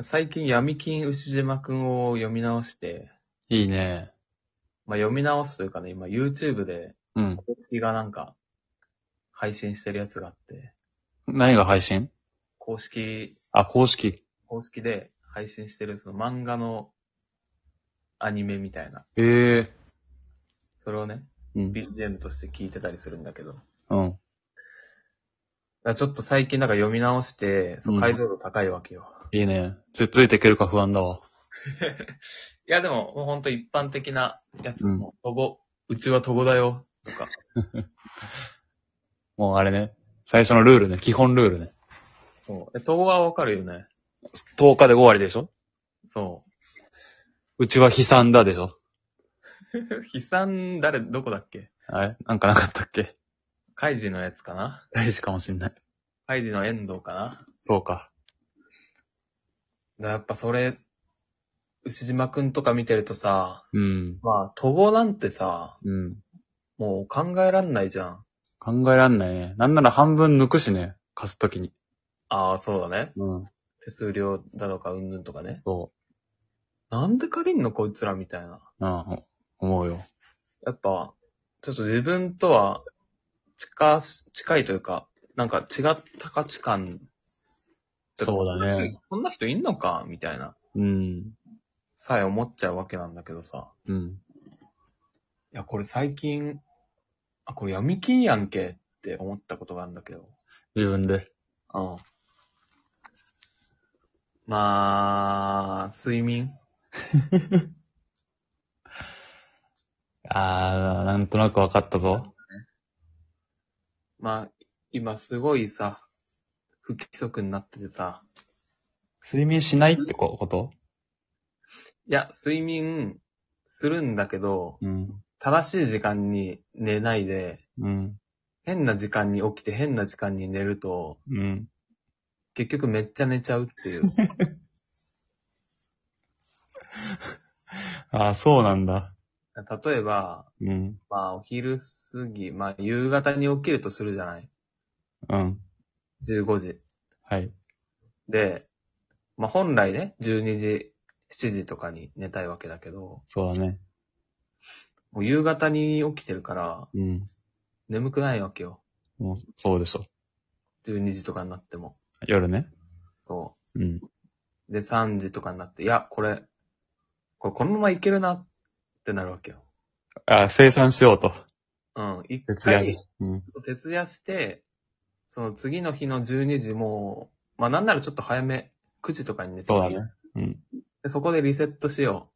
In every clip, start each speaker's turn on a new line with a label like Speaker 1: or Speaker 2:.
Speaker 1: 最近闇金牛島くんを読み直して、
Speaker 2: いいね。
Speaker 1: まあ読み直すというかね、今 YouTube で
Speaker 2: うん。
Speaker 1: 公式がなんか配信してるやつがあって、
Speaker 2: 何が配信
Speaker 1: 公式、
Speaker 2: あ、公式。
Speaker 1: 公式で配信してるその漫画のアニメみたいな、
Speaker 2: ええ
Speaker 1: それをね、
Speaker 2: うん。
Speaker 1: BGM として聞いてたりするんだけど、だか
Speaker 2: うん。
Speaker 1: らちょっと最近なんか読み直して、そううん解像度高いわけよ。
Speaker 2: いいね。つ、ついていけるか不安だわ。
Speaker 1: いやでも、もうほんと一般的なやつ、
Speaker 2: うん
Speaker 1: もう、とご、うちはとごだよ、とか、
Speaker 2: もうあれね。最初のルールね。基本ルールね。
Speaker 1: そう。え、とごはわかるよね。
Speaker 2: 10日で5割でしょ
Speaker 1: そう
Speaker 2: ちは悲惨だでしょ
Speaker 1: う。悲惨、誰、どこだっけ
Speaker 2: あれなんかなかったっけ
Speaker 1: カイジのやつかな
Speaker 2: 大事かもしんない。
Speaker 1: カイジの遠藤かなだか
Speaker 2: そうか。
Speaker 1: らやっぱそれ、牛島くんとか見てるとさ、
Speaker 2: うん。
Speaker 1: まあ、とごなんてさ、
Speaker 2: うん。
Speaker 1: もう考えらんないじゃん。
Speaker 2: 考えらんないね。なんなら半分抜くしね。貸すときに。
Speaker 1: ああ、そうだね。
Speaker 2: うん。
Speaker 1: 手数料だとか、うんぬんとかね。
Speaker 2: そ
Speaker 1: なんで借りんのこいつらみたいな。
Speaker 2: う。うん。思うよ。
Speaker 1: やっぱ、ちょっと自分とは、近し、近いというか、なんか違った価値観。
Speaker 2: そうだね。
Speaker 1: こんな人いんのかみたいな、
Speaker 2: うん。
Speaker 1: さえ思っちゃうわけなんだけどさ。
Speaker 2: うん。
Speaker 1: いや、これ最近、あ、これ闇金やんけって思ったことがあるんだけど。
Speaker 2: 自分で。
Speaker 1: うん。まあ、睡眠
Speaker 2: あー、なんとなくわかったぞ。
Speaker 1: まあ、今すごいさ、不規則になっててさ。
Speaker 2: 睡眠しないってここと
Speaker 1: いや、睡眠するんだけど、
Speaker 2: うん。
Speaker 1: 正しい時間に寝ないで、
Speaker 2: うん。
Speaker 1: 変な時間に起きて変な時間に寝ると、
Speaker 2: うん。
Speaker 1: 結局めっちゃ寝ちゃうっていう。
Speaker 2: ああ、そうなんだ。
Speaker 1: 例えば、
Speaker 2: うん。
Speaker 1: まあお昼過ぎ、まあ夕方に起きるとするじゃない
Speaker 2: うん。
Speaker 1: ?15 時。
Speaker 2: はい。
Speaker 1: で、まあ本来ね、12時、7時とかに寝たいわけだけど、
Speaker 2: そうだね。
Speaker 1: もう夕方に起きてるから、
Speaker 2: うん。
Speaker 1: 眠くないわけよ。
Speaker 2: もう、そうでしょ。
Speaker 1: 12時とかになっても。
Speaker 2: 夜ね。
Speaker 1: そ
Speaker 2: うん。
Speaker 1: う。で、3時とかになって、いや、これ、これこのままいけるなってなるわけよ。
Speaker 2: ああ、生産しようと。
Speaker 1: うん。一
Speaker 2: 徹夜
Speaker 1: 回
Speaker 2: で、。うん。
Speaker 1: 徹夜して、その次の日の12時も、まあなんならちょっと早め、9時とかに寝て
Speaker 2: そうだね。うん。
Speaker 1: でそこでリセットしよ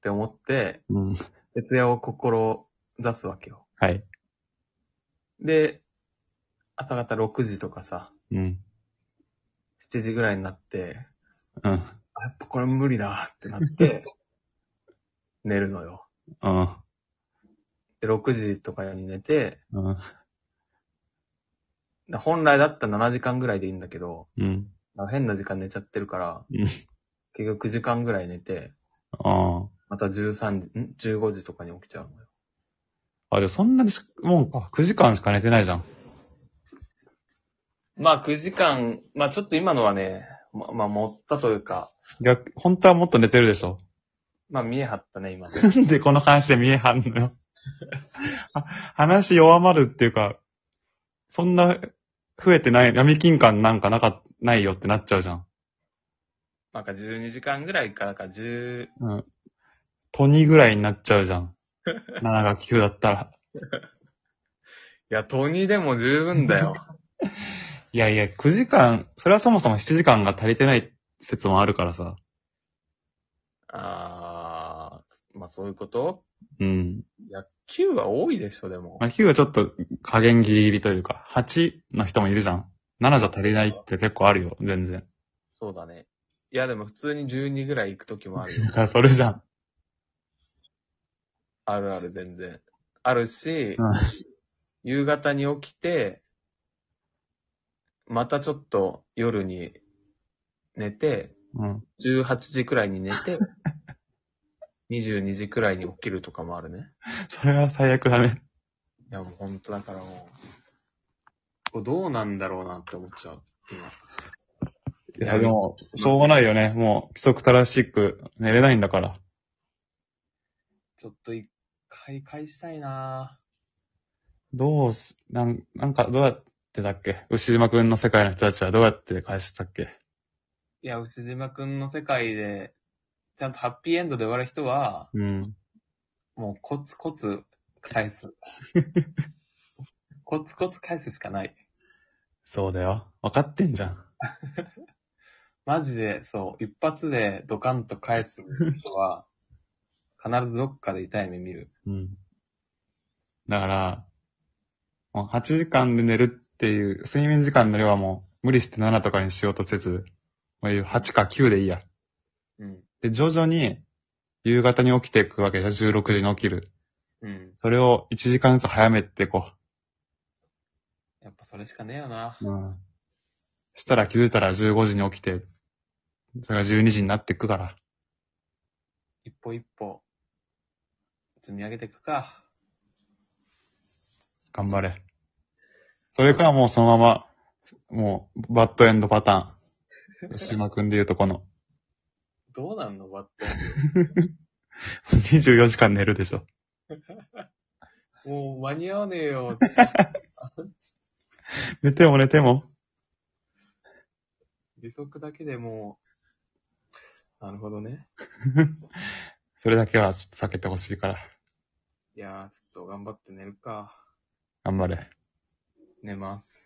Speaker 1: うって思って、
Speaker 2: うん。
Speaker 1: 徹夜を心ざすわけよ。
Speaker 2: はい。
Speaker 1: で、朝方6時とかさ、
Speaker 2: うん。
Speaker 1: 7時ぐらいになって、
Speaker 2: うん。
Speaker 1: あ、やっぱこれ無理だってな って、寝るのよ。
Speaker 2: うん。
Speaker 1: で、6時とかに寝て、
Speaker 2: うん。
Speaker 1: で本来だったら7時間ぐらいでいいんだけど、
Speaker 2: うん。
Speaker 1: なんか変な時間寝ちゃってるから、
Speaker 2: うん
Speaker 1: 結局9時間ぐらい寝て、
Speaker 2: あ
Speaker 1: また13時、ん ?15 時とかに起きちゃうのよ。
Speaker 2: あ。あ、じゃあそんなにし、もうか、9時間しか寝てないじゃん。
Speaker 1: まあ9時間、まあちょっと今のはね、ま、まあ持ったというか、
Speaker 2: 逆、本当はもっと寝てるでしょ。
Speaker 1: まあ見え張ったね、今ね。
Speaker 2: なんでこの話で見えはんのよ。あ話弱まるっていうか、そんな、増えてない、闇金感なんかなか、ないよってなっちゃうじゃん。
Speaker 1: なんか12時間ぐらいか、なんか10、
Speaker 2: うん。トニーぐらいになっちゃうじ ゃん。7が9だったら。
Speaker 1: いや、トニーでも十分だよ。
Speaker 2: いやいや、9時間、それはそもそも7時間が足りてない説もあるからさ。
Speaker 1: あー、まあそういうこと
Speaker 2: うん。
Speaker 1: ?9 は多いでしょ、でも
Speaker 2: ま。あ、9はちょっと加減ギリギリというか、8の人もいるじゃん。7じゃ足りないって結構あるよ、全然。
Speaker 1: そうだね。いや、でも普通に12ぐらい行くときもあるよ。
Speaker 2: だからそれじゃん。
Speaker 1: あるある、全然。あるし、
Speaker 2: うん
Speaker 1: 夕方に起きて、またちょっと夜に寝て、
Speaker 2: うん。
Speaker 1: 18時くらいに寝て、22時くらいに起きるとかもあるね。
Speaker 2: それは最悪だね。
Speaker 1: いや、もうほんとだからもう、これどうなんだろうなって思っちゃう、今。
Speaker 2: いや、でも、しょうがないよね。もう、規則正しく寝れないんだから。
Speaker 1: ちょっと一回返したいな
Speaker 2: どうす、なん、なんか、どうやってだっけ牛島くんの世界の人たちはどうやって返したっけ
Speaker 1: いや、牛島くんの世界で、ちゃんとハッピーエンドで終わる人は、
Speaker 2: うん。
Speaker 1: もうコツコツ返す。コツコツ返すしかない。
Speaker 2: そうだよ。分かってんじゃん。
Speaker 1: マジで、そう、一発でドカンと返す人は、必ずどっかで痛い目見る。
Speaker 2: うん。だから、もう8時間で寝るっていう、睡眠時間の量はもう無理して7とかにしようとせず、もういう8か9でいいや。
Speaker 1: うん。
Speaker 2: で、徐々に夕方に起きていくわけじゃん。16時に起きる。
Speaker 1: うん。
Speaker 2: それを1時間ずつ早めていこ
Speaker 1: やっぱそれしかねえよな。
Speaker 2: う。うん。したら気づいたら15時に起きて、それが12時になっていくから。
Speaker 1: 一歩一歩、積み上げていくか。
Speaker 2: 頑張れ。それからもうそのまま、もう、バッドエンドパターン。吉島くんで言うとこの、
Speaker 1: どうなんのバッ
Speaker 2: 24時間寝るでしょ。
Speaker 1: ト。もう間に合わねえよ。
Speaker 2: 寝ても寝ても。
Speaker 1: 利息だけでもう、なるほどね。
Speaker 2: それだけはちょっと避けてほしいから。
Speaker 1: いやー、ちょっと頑張って寝るか。
Speaker 2: 頑張れ。
Speaker 1: 寝ます。